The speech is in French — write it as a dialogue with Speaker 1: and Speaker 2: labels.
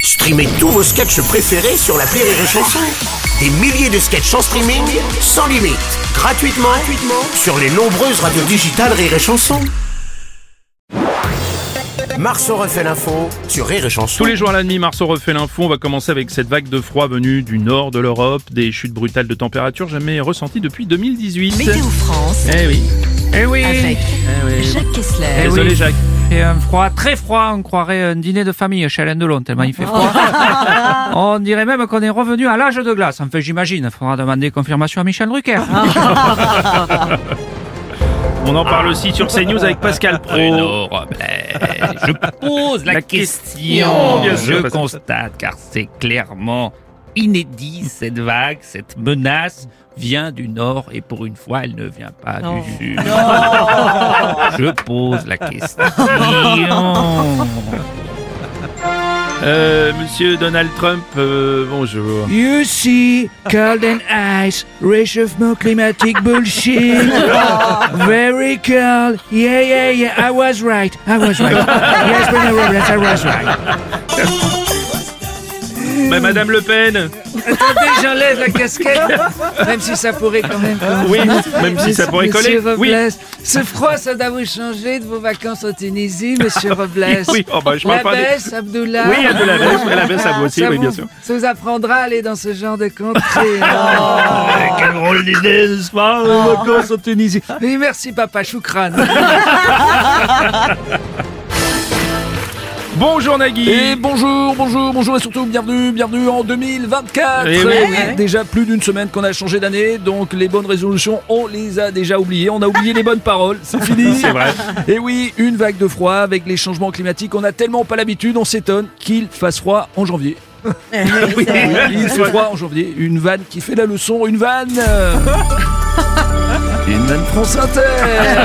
Speaker 1: Streamez tous vos sketchs préférés sur la Rire et Chanson. Des milliers de sketchs en streaming, sans limite, gratuitement, gratuitement sur les nombreuses radios digitales Rire et Chanson. Marceau refait l'info sur Rire et Chanson.
Speaker 2: Tous les jours à la nuit, Marceau refait l'info. On va commencer avec cette vague de froid venue du nord de l'Europe, des chutes brutales de température jamais ressenties depuis 2018.
Speaker 3: Météo France
Speaker 2: Eh oui. Eh oui.
Speaker 3: avec
Speaker 2: Eh oui.
Speaker 3: Jacques Kessler.
Speaker 4: Eh oui.
Speaker 2: Désolé Jacques.
Speaker 4: C'est un froid très froid, on croirait un dîner de famille chez Alain Delon, tellement il fait froid. on dirait même qu'on est revenu à l'âge de glace. Enfin, j'imagine, faudra demander confirmation à Michel Drucker.
Speaker 2: On en parle aussi sur CNews avec Pascal Pro.
Speaker 5: je pose la,
Speaker 4: La
Speaker 5: question.
Speaker 2: Bien sûr,
Speaker 5: je
Speaker 2: parce que-
Speaker 5: constate, car c'est clairement inédit, cette vague, cette menace vient du nord et pour une fois, elle ne vient pas du sud. Je pose la question.
Speaker 2: Euh, Monsieur Donald Trump, euh, bonjour.
Speaker 4: You see, cold and ice, réchauffement climatique bullshit. Very cold. Yeah, yeah, yeah, I was right. I was right. Yes, Bruno Robles, I was right.
Speaker 2: Bah, Madame Le Pen.
Speaker 4: Attendez, j'enlève la casquette, même si ça pourrait quand même coller.
Speaker 2: Oui, même si ça pourrait coller.
Speaker 4: Monsieur
Speaker 2: Oui.
Speaker 4: Robles, ce froid, ça doit vous changer de vos vacances en Tunisie, monsieur Robles.
Speaker 2: Oui, oh, bah, je
Speaker 4: la
Speaker 2: parle pas des-
Speaker 4: baisse, Abdullah.
Speaker 2: Oui, elle de la baisse, elle la baisse à vous aussi,
Speaker 4: ça
Speaker 2: oui,
Speaker 4: vous,
Speaker 2: bien sûr.
Speaker 4: Ça vous apprendra à aller dans ce genre de contrée.
Speaker 2: Oh. Ah, Quelle drôle d'idée, n'est-ce pas
Speaker 3: Oh.
Speaker 2: vacances en Tunisie.
Speaker 4: Oui, merci, papa Choukran.
Speaker 2: Bonjour Nagui.
Speaker 6: Et bonjour, bonjour, bonjour et surtout bienvenue, bienvenue en 2024
Speaker 2: Eh oui.
Speaker 6: Eh, Déjà plus d'une semaine qu'on a changé d'année, donc les bonnes résolutions, on les a déjà oubliées, on a oublié les bonnes paroles, c'est fini
Speaker 2: C'est vrai.
Speaker 6: Et oui, une vague de froid avec les changements climatiques, on a tellement pas l'habitude, on s'étonne qu'il fasse froid en janvier. oui, oui, il fait froid en janvier, une vanne qui fait la leçon, une vanne euh, Une vanne France Inter